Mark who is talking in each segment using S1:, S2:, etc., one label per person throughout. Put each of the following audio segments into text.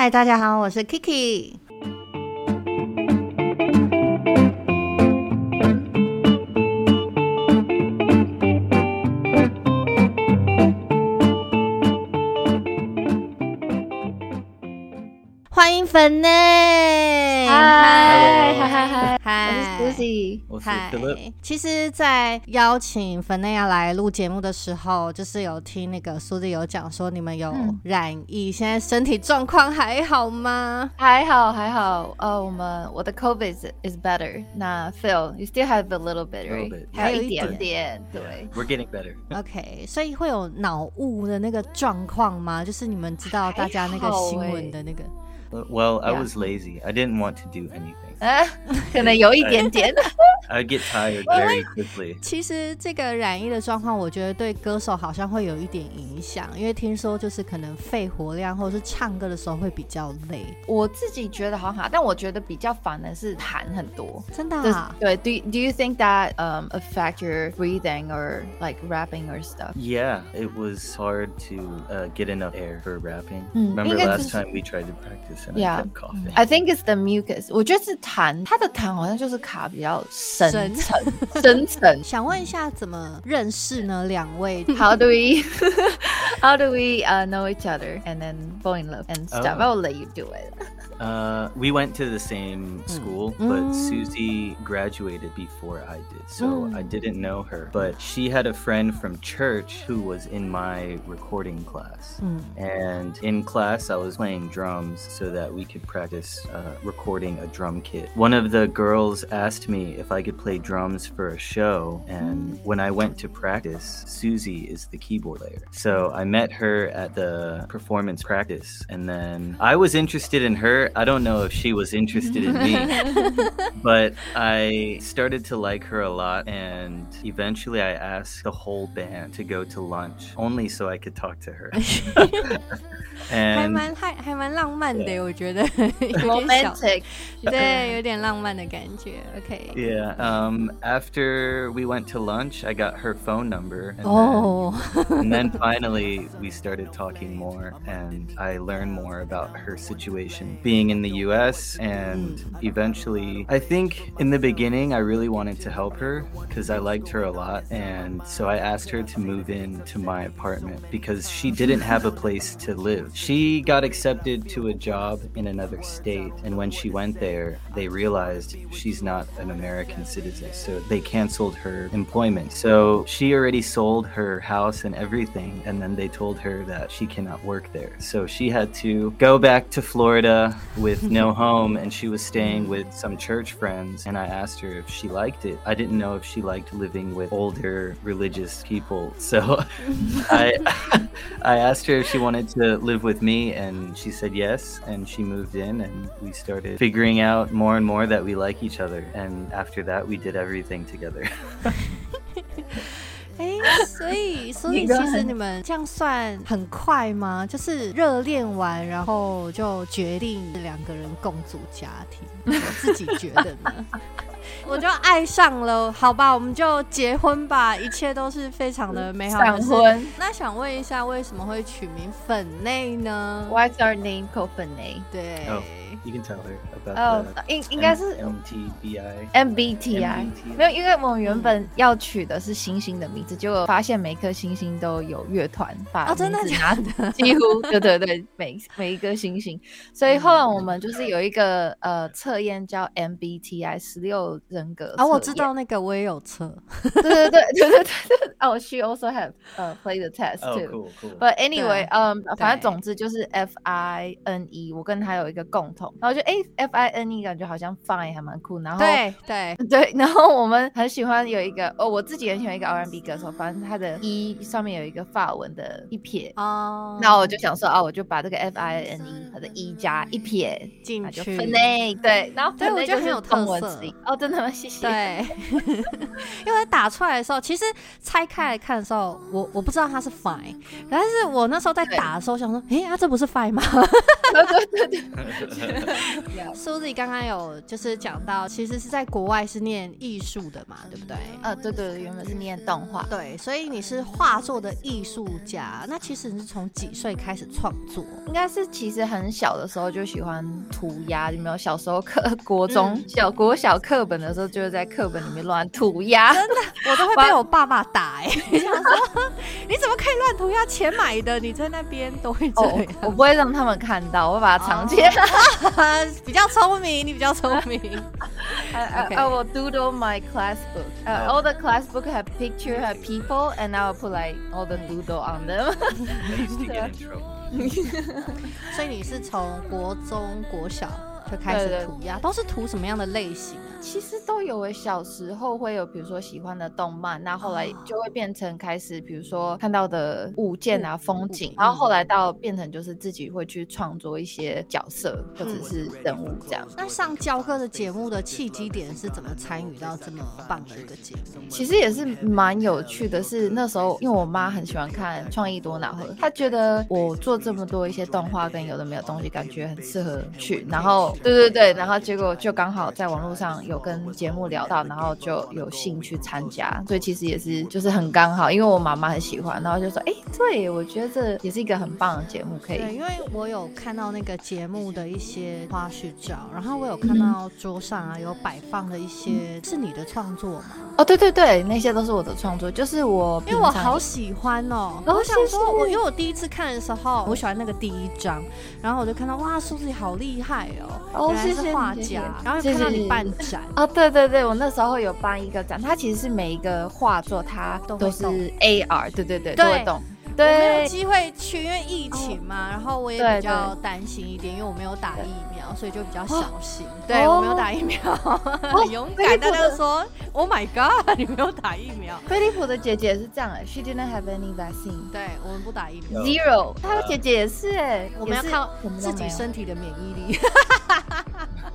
S1: 嗨，大家好，我是 Kiki。欢迎粉呢！
S2: 嗨嗨嗨
S1: 嗨
S2: 嗨
S1: 嗨，
S2: 我是 Susie。
S3: 我是
S1: 嗨
S3: Philip，，
S1: 其实，在邀请粉内亚来录节目的时候，就是有听那个苏迪有讲说，你们有
S2: 嗯
S1: 染疫，现在身体状况还好吗？
S2: 还好还好，呃，我们我的 COVID is, is better。那 Phil, you still have a little bit, right?
S3: Little bit.
S2: 还
S1: 还有
S2: 有一
S1: 一
S2: 点
S1: 点
S2: 点，对。
S3: We're getting better。
S1: OK，所以会有脑雾的那个状况吗？就是你们知道大家那个
S2: 还好
S1: 新闻
S2: 欸
S1: 的那个，
S3: Uh, Well, I
S2: Yeah. Uh,
S3: was lazy. I didn't want to do anything.
S2: 啊， 可能有一点 点。
S3: I'd get tired very quickly.
S1: 其实这个染疫的状况，我觉得对歌手好像会有一点影响，因为听说就是可能肺活量或者是唱歌的时候会比较累，
S2: 我自己觉得好像好，但我觉得比较烦的是痰很多。
S1: 真的、
S2: 就是
S1: 啊。
S2: 对，Do Do you think that um affect your breathing or like rapping or stuff？
S3: Yeah, it was hard to uh, get enough air for rapping.
S2: Mm.
S3: Remember
S2: Because-
S3: last time we tried to practice and
S2: Yeah.
S3: I kept coughing.
S2: I think it's the mucus，我觉得是痰，它的痰好像就是卡比较深
S1: 深
S2: 层、深层。
S1: 想问一下，怎么认识呢？两位
S2: How do we How do we uh, know each other and then fall in love and stuff?
S3: Oh.
S2: I'll let you do it.
S3: Uh, we went to the
S2: Hmm.
S3: same school,
S1: Mm.
S3: but Susie graduated before I did, so
S1: Mm.
S2: Hmm.
S3: I didn't know her. But she had a friend from church who was in my recording class.
S2: Hmm.
S1: 嗯，
S3: And in class, I was playing drums so that we could practice uh, recording a drum kit. One of the girls asked me if I could play drums for a show, and when I went to practice, Susie is the keyboard player. So I met her at the performance practice, and then I was interested in her. I don't know if she was interested in me. but I started to like her a lot, and eventually I asked the whole band to go to lunch only so I could talk to her.
S1: 还
S3: and
S1: 蛮还还蛮浪漫的，我觉得 有点小
S2: Romantic. 嗯
S1: 对，有点浪漫的感觉。OK，
S3: yeah, um, after we went to lunch, I got her phone number. And
S1: 哦，
S3: Then, and then finally, we started talking more, and I learned more about her situation being in the US. And eventually, I think in the beginning, I really wanted to help her because I liked her a lot. And so I asked her to move in to my apartment because she didn't have a place to live. She got accepted to a job in another state, and when she went there, they realized she's not an American citizen, so they canceled her employment. So she already sold her house and everything, and then they told her that she cannot work there. So she had to go back to Florida with no home, and she was staying with some church friends. And I asked her if she liked it. I didn't know if she liked living with older religious people, so I. I asked her if she wanted to live with me, and she said yes. And she moved in, and we started figuring out more and more that we like each other. And after that, we did everything together.
S1: 哎，所以所以
S2: 你刚
S1: 其
S2: 才
S1: 实你们这样算很快吗？就是热恋完，然后就决定两个人共组家庭，我自己觉得呢？ 我就爱上了，好吧，我们就结婚吧，一切都是非常的美哎好。
S2: 闪婚。
S1: 那想问一下，为什么会取名粉内呢？
S2: What's our name, Company?
S1: 对。
S3: 哦 You can tell her about
S2: 哦
S3: the，
S2: 应应该是
S3: MTBI.
S2: MBTI。
S3: MBTI
S2: 没有，因为我们原本要取的是星星的名字，结果发现每颗星星都有乐团把
S1: 哦，真的
S2: 名字
S1: 假的？
S2: 几乎对对对，每每一个星星。所以后来我们就是有一个呃测验叫 MBTI 十六人格
S1: 啊，我
S2: 测
S1: 知
S2: 验
S1: 道那个，我也有测。
S2: 对对对对对对。哦，she also have 呃 play the test
S3: Oh,
S2: too。
S3: cool, cool.
S2: But anyway，嗯，反正
S1: 对
S2: 总之就是 F I N E，我跟他有一个共同，然后就哎 F I N E 感觉好像 fine 还蛮酷，然后
S1: 对对，
S2: 对，然后我们很喜欢有一个哦，我自己很喜欢一个 R&B 歌手，反正他的 E 上面有一个法文的一撇，
S1: 哦，
S2: 那我就想说啊，我就把这个 F I N
S1: 嗯
S2: E 它的 E 加一撇，
S1: 进
S2: 那就
S1: 去。
S2: 分类对，然后
S1: 对
S2: 分
S1: 我
S2: 类
S1: 觉得
S2: 就
S1: 很有
S2: 是
S1: 特
S2: 中文
S1: 色
S2: 字哦，真的吗？谢谢。
S1: 对， 因为打出来的时候，其实拆开来看的时候，我我不知道它是 fine，但是我那时候在打的时候想说，诶，啊，这不是 fine 吗？
S2: 对对对对，
S1: Suzy 刚刚有就是讲到，其实是在国外是念艺术的嘛，对不对？
S2: 呃，对对对，原本是念动画，
S1: 对，所以你是画作的艺术家。那其实你是从几岁开始创作？
S2: 应该是其实很小的时候就喜欢涂鸦，有没有？小时候课国中、
S1: 嗯
S2: 小国小课本的时候，就是在课本里面乱涂 鸦。
S1: 我都会被我爸爸打哎、 欸，想说你怎么可以乱涂鸦？钱买的，你在那边都会这
S2: 哦
S1: 样，
S2: 我不会让他们看到，我会把它藏起来。
S1: 哦 比较聪明，你比较聪明。
S2: I,
S1: Okay.
S2: I, I will doodle my class book. Uh,
S3: Oh.
S2: All the class book have picture, have people, and I will put like all the doodle on them.
S3: I used to get in trouble.
S1: 所以你是从国中、国小就开
S2: 对
S1: 始
S2: 对
S1: 涂鸦，都是涂什么样的类型啊？
S2: 其实都有诶，小时候会有，比如说喜欢的动漫，那后来
S1: 哦
S2: 就会变成开始，比如说看到的物件啊、风景
S1: 物，嗯
S2: 然后后来到变成就是自己会去创作一些角色或者
S1: 嗯
S2: 是人物这样。
S1: 那上教课的节目的契机点是怎么参与到这么棒的一个节目？
S2: 其实也是蛮有趣的是，那时候因为我妈很喜欢看《创意多瑙河》，她觉得我做这么多一些动画跟有的没有东西，感觉很适合去。然后，对对对，然后结果就刚好在网络上有跟节目聊到，然后就有兴趣参加，所以其实也是就是很刚好，因为我妈妈很喜欢，然后就说，哎，对我觉得这也是一个很棒的节目，可以
S1: 对，因为我有看到那个节目的一些花絮照，然后我有看到桌上啊有摆放的一些是你的创作吗？
S2: 哦，对对对，那些都是我的创作，就是我
S1: 因为我
S2: 平常
S1: 好喜欢哦，
S2: 哦
S1: 我想
S2: 谢谢嗯
S1: 说，我因为我第一次看的时候，我喜欢那个第一张，然后我就看到哇，苏子好厉害哦，
S2: 哦
S1: 原来
S2: 谢
S1: 是
S2: 谢
S1: 画
S2: 你谢
S1: 家，
S2: 谢
S1: 然后
S2: 谢
S1: 又看到
S2: 谢
S1: 你
S2: 你
S1: 办展，
S2: 哦，对对对，我那时候有办一个展，它其实是每一个画作它
S1: 都会
S2: 都是
S1: 动
S2: AR，对对对，
S1: 对
S2: 都会动，
S1: 我没有
S2: 对
S1: 机会去，因为疫情嘛，然后我也
S2: 对
S1: 比较担心一点，因为我没有打疫苗，所以就比较小心。对
S2: 哦
S1: 我没有打疫苗， 很勇敢。
S2: 那你
S1: 大
S2: 做
S1: 家
S2: 得
S1: 都说：“Oh my god，你没 有打疫苗
S2: 飞利浦的姐姐也是这样、欸、，She didn't have any vaccine。”
S1: 对，我们不打疫苗，
S2: Zero，她的姐姐也是哎、
S1: 我们要
S2: 也是
S1: 靠
S2: 什么都
S1: 自己
S2: 没有，
S1: 身体的免疫力。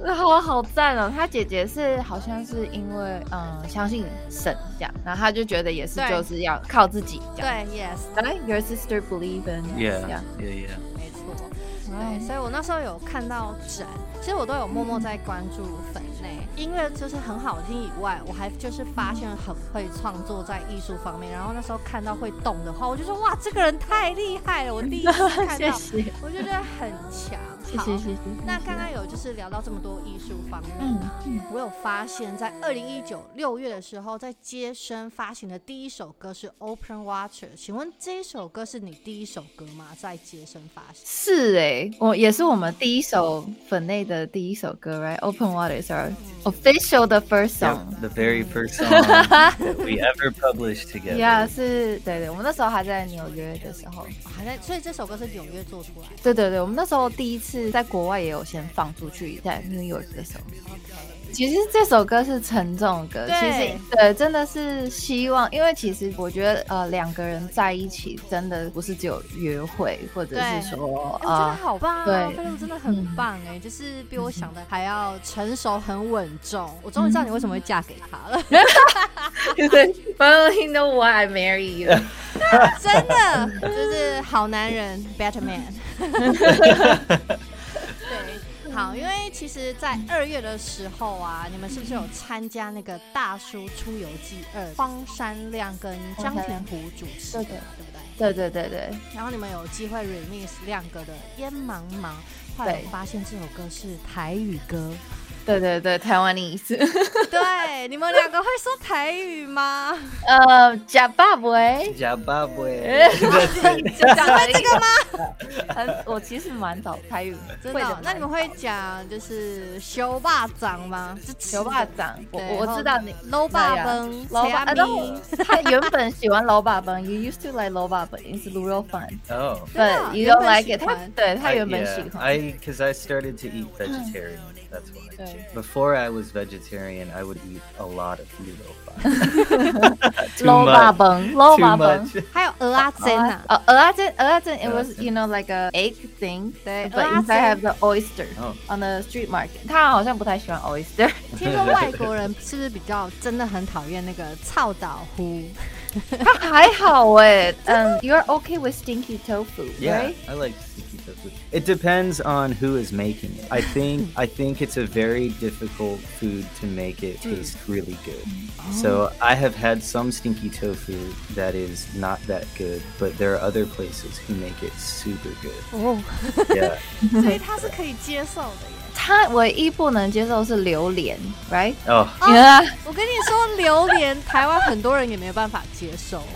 S2: 然后好赞哦、她姐姐是好像是因为嗯相信神这样，然后她就觉得也是
S1: 对
S2: 就是要靠自己这样。
S1: 对，yes，
S2: 对，Your sister believe in
S3: Yeah, yeah, yeah.
S1: 没错。
S2: 对
S1: 对，所以我那时候有看到展，其实我都有默默在关注粉内，音乐就是很好听以外，我还就是发现很会创作在艺术方面。然后那时候看到会动的话，我就说哇，这个人太厉害了！我第一次看
S2: 谢
S1: 到，
S2: 谢，
S1: 我就觉得很强。
S2: 谢
S1: 好
S2: 谢，谢谢。
S1: 那刚刚有就是聊到这么多艺术方面
S2: 嗯
S1: 啊，我有发现，在二零一九六月的时候，在接生发行的第一首歌是《Open Water》，请问这一首歌是你第一首歌吗？在接生发行？
S2: 是哎、我也是我们第一首粉类的第一首歌，right？Open Water is our official 的 first song。
S3: Yep, the very first song that we ever published together.
S2: Yeah，是对对，我们那时候还在纽约的时候，
S1: 还在，所以这首歌是纽约做出来的。
S2: 对对对，我们那时候第一次在国外也有先放出去，在 New York 的时候。
S1: 哎
S2: 其实这首歌是沉重的歌，
S1: 对
S2: 其实对，真的是希望，因为其实我觉得呃，两个人在一起真的不是只有约会，或者
S1: 对
S2: 是
S1: 哎
S2: 说
S1: 我觉得
S2: 呃，
S1: 好棒、啊，
S2: 对
S1: 飞路真的很棒哎、就是比我想的还要成熟，很稳重。我终于知道你为什么会嫁给他了，
S2: 对，Finally know why I marry you。
S1: 真的就是好男人，better man。对，好，因为其实，在二月的时候啊，你们是不是有参加那个《大叔出游记二》，荒山亮跟张庭湖主持的，
S2: 对对
S1: 对不对？
S2: 对对对对，
S1: 然后你们有机会 remix 亮哥的《烟茫茫》，后来
S2: 对
S1: 我发现这首歌是台语歌。
S2: 对对对，台湾的意思。
S1: 对，你们两个会说台语吗？
S2: 呃，假爸欸喂，
S3: Zimbabwe.
S2: 讲了这个吗？ 很，我其实蛮早台语
S1: 真
S2: 会
S1: 的哦
S2: 的。，
S1: 那你们会讲就是修霸掌吗？是吃的
S2: 球霸掌，我
S1: 对
S2: 我我知道你。
S1: 搂霸
S2: 那样
S1: 崩，啊
S2: 老
S1: 切
S2: 板，
S1: 阿
S2: 然
S1: 咪
S2: 后他原本喜欢老板本，You used to like 老板本，is 卤肉饭
S3: Oh.
S1: 真的啊
S2: ，But you
S1: 原
S2: don't
S1: 本
S2: like it
S1: 喜
S2: 他。
S1: 欢
S2: 对他
S3: I-
S2: 原本
S3: yeah,
S2: 喜欢，
S3: I because I started to eat vegetarian. That's why.
S2: 对
S1: 对，
S3: Before I was vegetarian, I would eat a lot of noodle. Too
S2: low
S3: much.
S2: bun, low
S3: Too
S2: bun.
S3: much.
S1: 还有鹅啊煎啊，
S2: Uh, aladdin, aladdin, it was
S3: Aladdin.
S2: you know like a egg thing,
S1: They-
S2: but inside have the oyster
S3: Oh.
S2: on the street market. 他好像不太喜欢 oyster，
S1: 听说外国人是不是比较真的很讨厌那个臭岛糊？
S2: 他还好 哎。嗯、um,，You're okay with stinky tofu,
S3: Yeah,
S2: right?
S3: I like sticky tofu. It depends on who is making it. I think I think it's a very difficult food to make it taste really good. So I have had some stinky tofu that is not that good, but there are other places who make it super good.
S1: 哦，
S3: Yeah.
S1: 所以他是可以接受的耶。
S2: 他唯一不能接受是榴莲，right？
S3: Oh,
S1: 哦
S2: 啊
S1: 我跟你说，榴莲台湾很多人也没有办法接受。
S2: 啊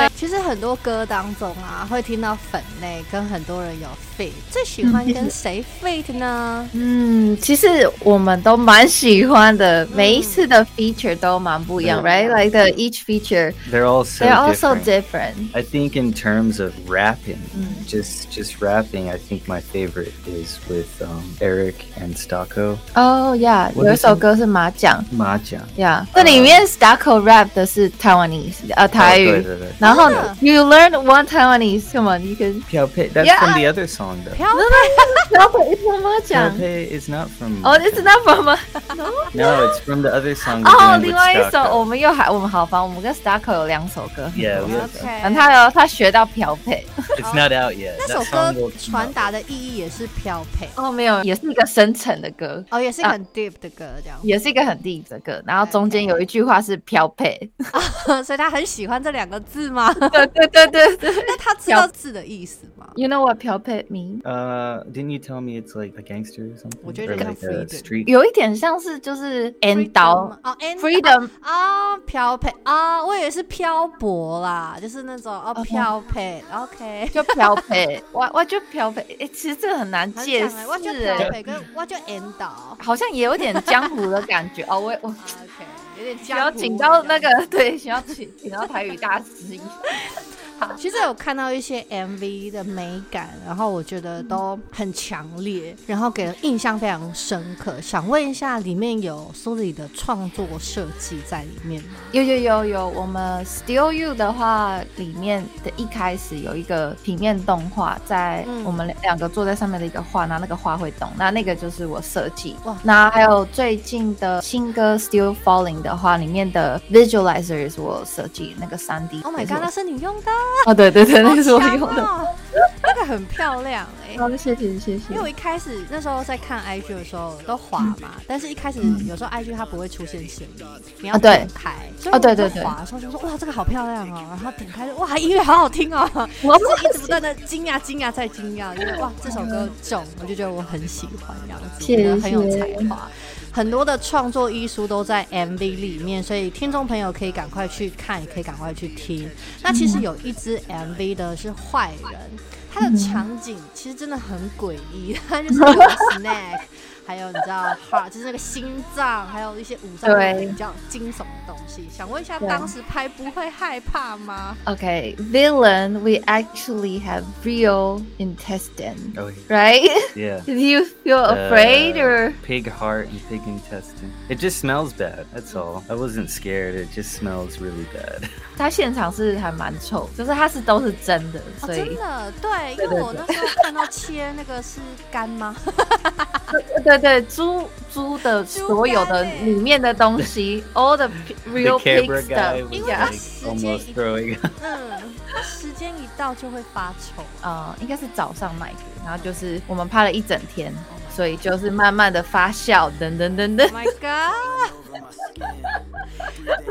S1: 呃对，其实很多歌当中啊，会听到粉类跟很多人有 fit，最喜欢跟谁 fit 呢？
S2: 嗯，其实我们都蛮喜欢的，每一次的 feature 都蛮不一样
S3: 嗯
S2: ，right？Like the each feature
S3: they're all so
S2: they're also
S3: different. Mm.
S2: different.
S3: I think in terms of rapping, just just rapping, I think my favorite is with um, Eric and Stocko
S2: Oh yeah，
S3: 我
S2: 有一首
S3: 的天
S2: 歌是麻将。
S3: Macha.
S2: Yeah，这里面 Starco rap 的是 Taiwanese 呃台
S3: Oh，对
S2: 语
S3: 对对，
S2: 然后
S1: 真的
S2: You learn one Taiwanese，come on，you can。
S3: Piao Pei. That's
S2: Yeah.
S3: from the other song though.
S1: 飘
S2: 然后一直妈讲
S3: Piao，Pei Oh, is not Oh, from.
S2: 哦，你知道什么？
S3: No, it's from the other song. we're
S2: 哦，
S3: doing
S2: 另
S3: with
S2: 外一首
S3: Stocko.
S2: 我们又还我们好烦，我们跟 Starco 有两首歌。
S3: Yeah, we have that.
S1: OK，
S2: 然后他有他学到漂配，
S3: it's not out yet.
S1: 那
S3: That
S1: 首
S3: song
S1: 歌
S3: will come
S1: 传
S3: out.
S1: 达的意义也是飘配，
S2: 哦，没有，也是一个深沉的歌，
S1: 哦，也是一个很 deep 的歌，这样
S2: 也是一个很地的歌。然后中间有一句话是漂配，啊
S1: 所以他很喜欢这两个字吗？
S2: 对对对对对。
S1: 那他知道字的意思吗？
S2: You know what 漂配 mean？
S3: Uh, didn't you tell me it's like a gangster or something?
S1: 我觉得
S3: Or
S1: 更
S3: like a
S1: freedom。
S3: street.
S2: 有一点像是就是 end 刀
S1: 哦，and
S2: freedom
S1: 啊，飘配啊，我以为是漂泊啦，就是那种哦，飘配，OK，
S2: 就漂配， 我我就漂配，诶，其实这个很难
S1: 很
S2: 解
S1: 想
S2: 释、
S1: 欸，我就飘
S2: 诶
S1: 配跟我就 end 到
S2: 好像也有点江湖的感觉哦。我我
S1: ，OK，有点
S2: 需要
S1: 江湖
S2: 请
S1: 味啊
S2: 到
S1: 这
S2: 那
S1: 样
S2: 个对，需要请请到台语大师。
S1: 其实有看到一些 MV 的美感，然后我觉得都很强烈，然后给人印象非常深刻。想问一下，里面有苏里的创作设计在里面吗？
S2: 有有有有，我们 Still You 的话，里面的一开始有一个平面动画，在
S1: 嗯
S2: 我们两个坐在上面的一个画，那那个画会动，那那个就是我设计
S1: 哇。
S2: 那还有最近的新歌 Still Falling 的话，里面的 Visualizer 是我设计那个三 D。
S1: Oh my god，那是你用的，
S2: 哦，对对对，那个是我
S1: 好强
S2: 用的。
S1: 哦， 那个很漂亮哎、
S2: 好的，哦谢谢谢谢
S1: 因为我一开始那时候在看 IG 的时候都滑嘛，但是一开始有时候 IG 它不会出现声音，你要
S2: 嗯啊对
S1: 点开，所以
S2: 啊
S1: 我
S2: 对
S1: 就
S2: 对对
S1: 滑的时候就说哇这个好漂亮哦，然后点开就哇音乐好好听哦，
S2: 我
S1: 就是一直不断的惊讶、惊讶再惊讶，因为哇，这首歌中，我就觉得我很喜欢这样子，
S2: 谢
S1: 觉
S2: 谢
S1: 得很有才华。很多的创作艺术都在 MV 里面，所以听众朋友可以赶快去看，也可以赶快去听。那其
S2: 嗯
S1: 实有一支 MV 的是坏人，它的场景其实真的很诡异， 它就是有 snack，还 有你知道 heart，就是那个心脏，还有一些五脏
S2: 对
S1: 比较惊悚的东西。想问一下，
S2: 对
S1: 当时拍不会害怕吗？
S2: Okay, villain, we actually have real intestine,
S3: Oh
S2: right?
S3: yeah.
S2: Did you feel afraid
S3: Uh,
S2: or?
S3: pig heart and pig intestine? It just smells bad. That's all. I wasn't scared. It just smells really bad.
S2: 他现场是还蛮臭，就是他是都是真的，
S1: 哦，
S2: 所以
S1: 真的对，因
S2: 对
S1: 为
S2: 对
S1: 我
S2: 对
S1: 那时候看到切那个是肝吗？
S2: 呃对对对，猪猪的
S1: 猪
S2: 所有的
S1: 肝欸
S2: 里面的东 西，all the p- real
S3: the
S2: pig
S3: camera guy
S2: stuff，
S3: was
S1: You
S2: yeah.
S1: got-
S3: like
S1: Yes.
S3: almost throwing up.
S1: 嗯，时间一到就会发愁。
S2: 呃，应该是早上卖的，然后就是我们拍了一整天，所以就是慢慢的发酵，等等等等
S1: Oh。my god！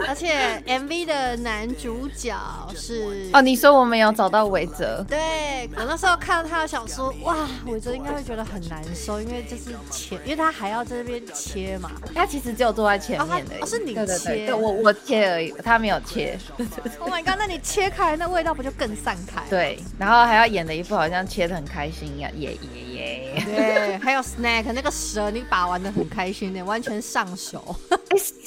S1: 而且 MV 的男主角是
S2: 哦，你说我们有找到韦泽，
S1: 对我那时候看到他，想说哇， 我觉得应该会觉得很难受，因为就是切，因为他还要在那边切嘛。
S2: 他其实只有坐在前面的、
S1: 哦他哦是你
S2: 对对对
S1: 切
S2: 对我我切而已，他没有切。
S1: Oh my god！那你切开那味道不就更散开？，
S2: 对，然后还要演的一副好像切的很开心一样，耶耶耶。
S1: 对，还有 snack 那个蛇，你把玩的很开心的，完全上手。
S2: 哎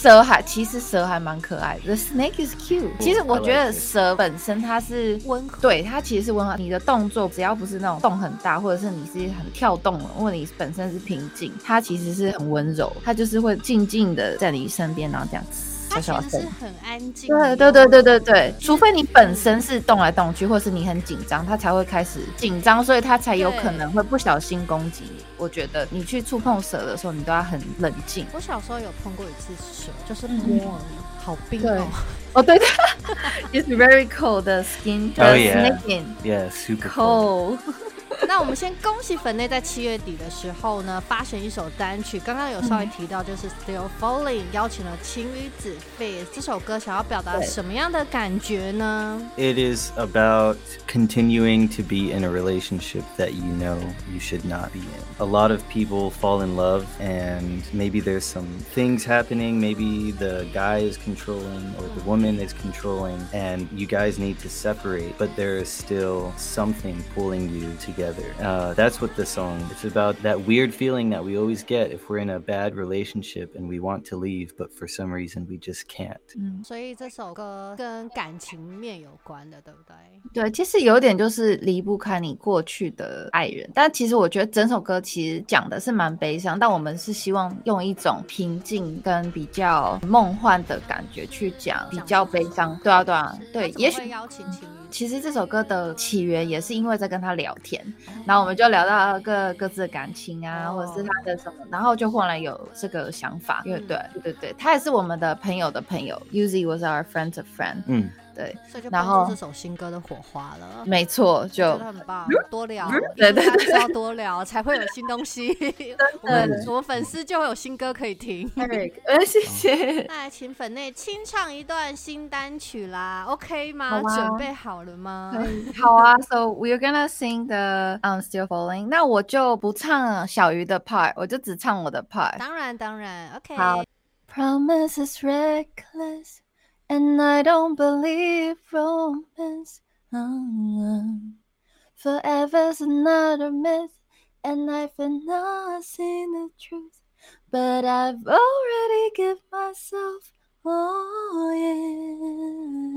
S2: 蛇还其实蛇还蛮可爱的，the snake is cute。其实
S3: 嗯 I
S2: 我
S3: like
S2: 觉得
S3: it
S2: 蛇本身它是
S1: 温和
S2: 对它其实是温和。你的动作只要不是那种动很大，或者是你是很跳动，或者你本身是平静，它其实是很温柔，它就是会静静的在你身边，然后这样小
S1: 它
S2: 小
S1: 其实
S2: 声
S1: 是。很安静
S2: 对
S1: 的。
S2: 对对对对对，除非你本身是动来动去，或是你很紧张，它才会开始紧张，所以它才有可能会不小心攻击你。我觉得你去触碰蛇的时候，你都要很冷静。
S1: 我小时候有碰过一次蛇，就是
S2: 嗯
S1: 摸而已，好冰哦。
S2: 哦，对的，It's very cold the skin, the
S3: Oh, yeah.
S2: skin
S3: Yeah, super cool.
S2: cold.
S1: 那我们先恭喜粉内在七月底的时候呢，发行一首单曲。刚刚有稍微提到，就是
S2: 嗯
S1: 《Still Falling》邀请了晴雨子 Face 这首歌，想要表达
S2: 对
S1: 什么样的感觉呢？
S3: It is about continuing to be in a relationship that you know you should not be in. A lot of people fall in love, and maybe there's some things happening. Maybe the guy is controlling or the woman is controlling, and you guys need to separate, but there is still something pulling you together. Uh, that's what the song It's about that weird feeling that we always get if we're in a bad relationship and we want to leave, but for some reason we just can't.
S2: 嗯，
S1: 所以这首歌跟感情面有关的，对不对？
S2: 对，其实有一点就是离不开你过去的爱人，但其实我觉得整首歌其实讲的是蛮悲伤，但我们是希望用一种平静跟比较梦幻的感觉去讲比较悲伤。对啊，对啊，对
S1: 那，怎么
S2: 也
S1: 会
S2: 许
S1: 邀请晴雨子
S2: 其实这首歌的起源也是因为在跟他聊天，然后我们就聊到各各自的感情啊，
S1: 哦
S2: 或者是他的什么，然后就忽然有这个想法，因为
S1: 嗯
S2: 对对对对，他也是我们的朋友的朋友，Uzi was our friend of friend，
S3: Mm.
S2: 对，
S1: 所以就
S2: 然
S1: 帮助
S2: 后
S1: 这首新歌的火花了。
S2: 没错，
S1: 觉
S2: 就嗯
S1: 得很棒，多聊，
S2: 对对
S1: 大家就是要多聊，才会有新东 西。我们我们粉丝就会有新歌可以听。
S2: Eric，呃， 谢谢。
S1: 那来请粉内清唱一段新单曲啦，OK 吗？
S2: 好啊
S1: 准备好了吗？
S2: 好 啊，So we're gonna sing the I'm Still Falling。那我就不唱小鱼的 part，我就只唱我的 part。
S1: 当然当然，OK。
S2: 好 Promise is reckless, and I don't believe romance. Uh-uh. Forever's another myth, and I've not seen the truth. But I've already given myself. Oh yeah.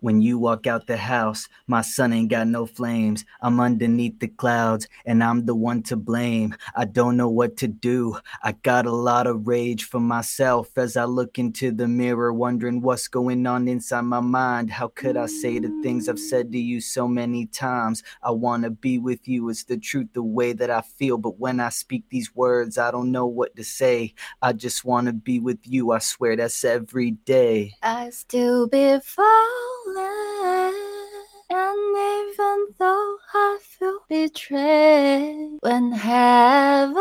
S3: When you walk out the house, my son ain't got no flames. I'm underneath the clouds, and I'm the one to blame. I don't know what to do. I got a lot of rage for myself as I look into the mirror, wondering what's going on inside my mind. How could I say the things I've said to you so many times? I want to be with you. It's the truth, the way that I feel. But when I speak these words, I don't know what to say. I just want to be with you. I swear that's every day.
S2: I still be falling, and even though I feel betrayed, when heaven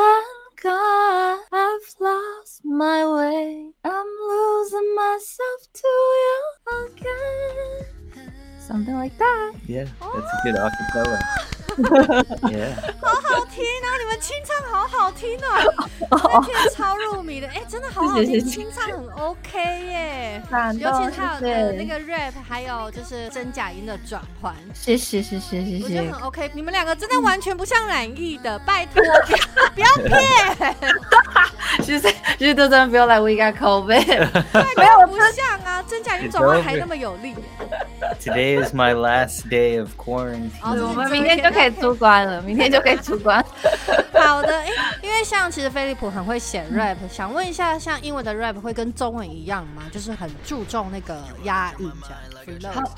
S2: gone, I've lost my way. I'm losing myself to you again. Something like that.
S3: Yeah, that's a good acapella. yeah.
S1: 好好听啊！你们清唱好好听 哦，那天超入迷的，哎、真的好好
S2: 谢谢
S1: 听，
S2: 谢谢
S1: 清唱很 OK 耶。
S2: 感
S1: 尤其他有的那个 rap，还有就是真假音的转换，
S2: 谢谢谢谢谢
S1: 我觉得很 OK。你们两个真的完全不像染艺的，拜 托，不要不要骗，
S2: She said she doesn't feel like we got COVID.
S1: 没有不像啊，真假音转换还那么有力耶。
S3: Today is my last day of quarantine.
S1: 好
S2: 我们明天就可以出关了，明天就可以出关。
S1: 好的，诶因为像其实飞利浦很会写 rap，想问一下，像英文的 rap 会跟中文一样吗？就是很注重那个押韵这样 free flow。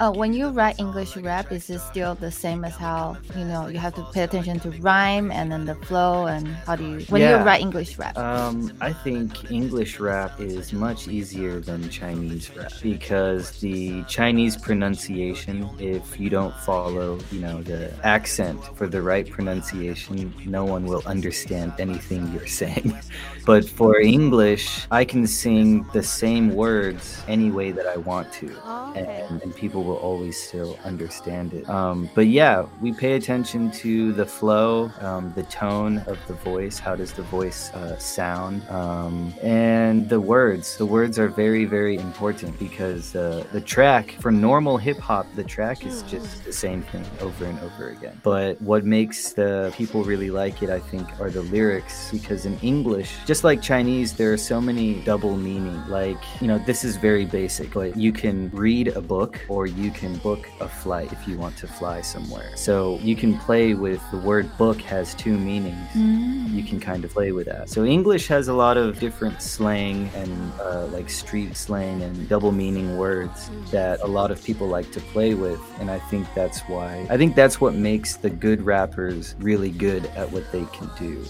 S2: Uh, when you write English rap, is it still the same as how you know you have to pay attention to rhyme and then the flow and how do you when
S3: Yeah.
S2: you write English rap?
S3: Um, I think English rap is much easier than Chinese rap because the Chinese pronunciation, if you don't follow, you know, the accent for the right pronunciation, no one will understand anything you're saying. but for English, I can sing the same words any way that I want to.
S1: Oh, okay.
S2: 哦
S3: and, and people will always still understand it. Um, but yeah, we pay attention to the flow, um, the tone of the voice. How does the voice uh, sound? Um, and the words. The words are very, very important because uh, the track, for normal hip hop, the track is just the same thing over and over again. But what makes the people really like it, I think, are the lyrics because in English, just like Chinese, there are so many double meaning. Like, you know, this is very basic, but you can read a book or you can book a flight if you want to fly somewhere. So you can play with the word book has two meanings. You can kind of play with that. So English has a lot of different slang and uh, like street slang and double meaning words that a lot of people like to play with. And I think that's why, I think that's what makes the good rappers really good at what they can do.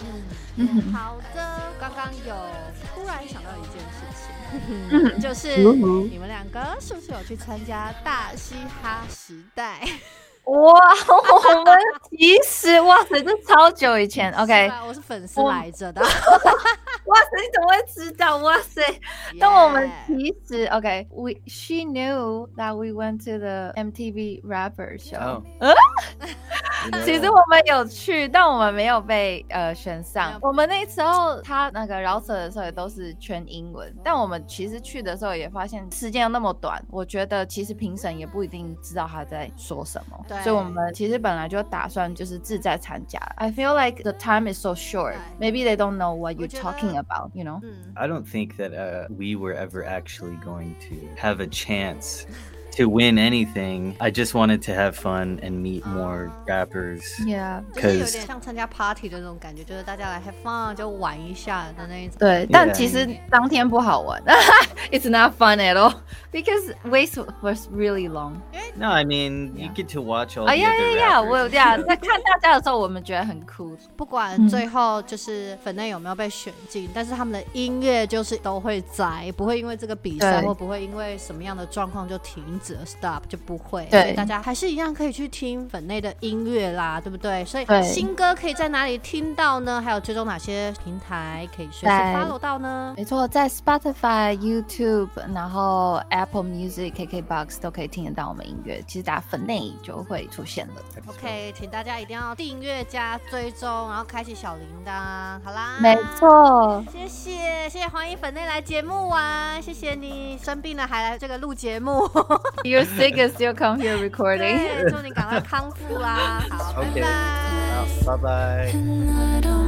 S1: 嗯，好的，刚刚有突然想到一件事
S2: 嗯
S1: 情，就是你们两个是不是有去参加大嘻哈时代？
S2: 哇，我们其实哇塞，这超久以前，OK，嗯
S1: 是吧我是粉丝
S2: 我
S1: 来着的。
S2: 哇塞，你怎么会知道？哇塞， 但我们
S1: Yeah
S2: 其实 OK，we、she knew that we went to the MTV rapper show。
S3: Oh.
S2: 其实我们有去，但我们没有被呃选
S1: 没
S2: 上
S1: 有。被
S2: 我们那时候他那个饶舌的时候也都是全英文，但我们其实去的时候也发现时间又那么短，我觉得其实评审也不一定知道他在说什么
S1: 对，
S2: 所以我们其实本来就打算就是志在参加。I feel like the time is so short,
S1: 对
S2: maybe they don't know what
S1: 我
S2: you're
S1: 觉得
S2: talking about, you know?
S1: 嗯，
S3: I don't think that uh, we were ever actually going to have a chance to win anything. I just wanted to have fun and meet more rappers.
S2: Yeah，
S1: 就是有
S3: 'Cause-
S1: 点像参加 party 的那种感觉，就是大家来 have fun 就玩一下的那一种。
S2: 对，但其
S3: Yeah.
S2: 实当天不好玩 ，It's not fun at all because wait was really long.
S3: No, I mean you
S2: Yeah.
S3: get to watch all.
S2: 啊
S3: the
S2: 呀
S3: other
S2: 呀呀！
S3: rappers,
S2: 我有
S3: you
S2: 这样
S3: know.
S2: 在看大家的时候，我们觉得很酷。
S1: 不管
S2: 嗯
S1: 最后就是粉内有没有被选进，但是他们的音乐就是都会在，不会因为这个比赛
S2: 对
S1: 或不会因为什么样的状况就停止了 stop 就不会。
S2: 对
S1: 所以大家还是一样可以去听粉内的音乐啦，对不对？所以
S2: 对
S1: 新歌可以在哪里听到呢？还有追踪哪些平台可以随时
S2: 在
S1: follow 到呢？
S2: 没错，在 Spotify、YouTube，然后 Apple Music、KKBox 都可以听得到我们音乐。其实打粉内就会出现了。
S1: OK，请大家一定要订阅加追踪，然后开启小铃铛，好啦。
S2: 没错，
S1: 谢谢谢谢黄奕粉内来节目玩，谢谢你生病了还来这个录节目，
S2: ，You're sick is still come here recording。
S1: 啊对，祝你赶快康复啦，好，拜
S3: OK，
S1: 拜。
S3: Bye bye.
S4: And I don't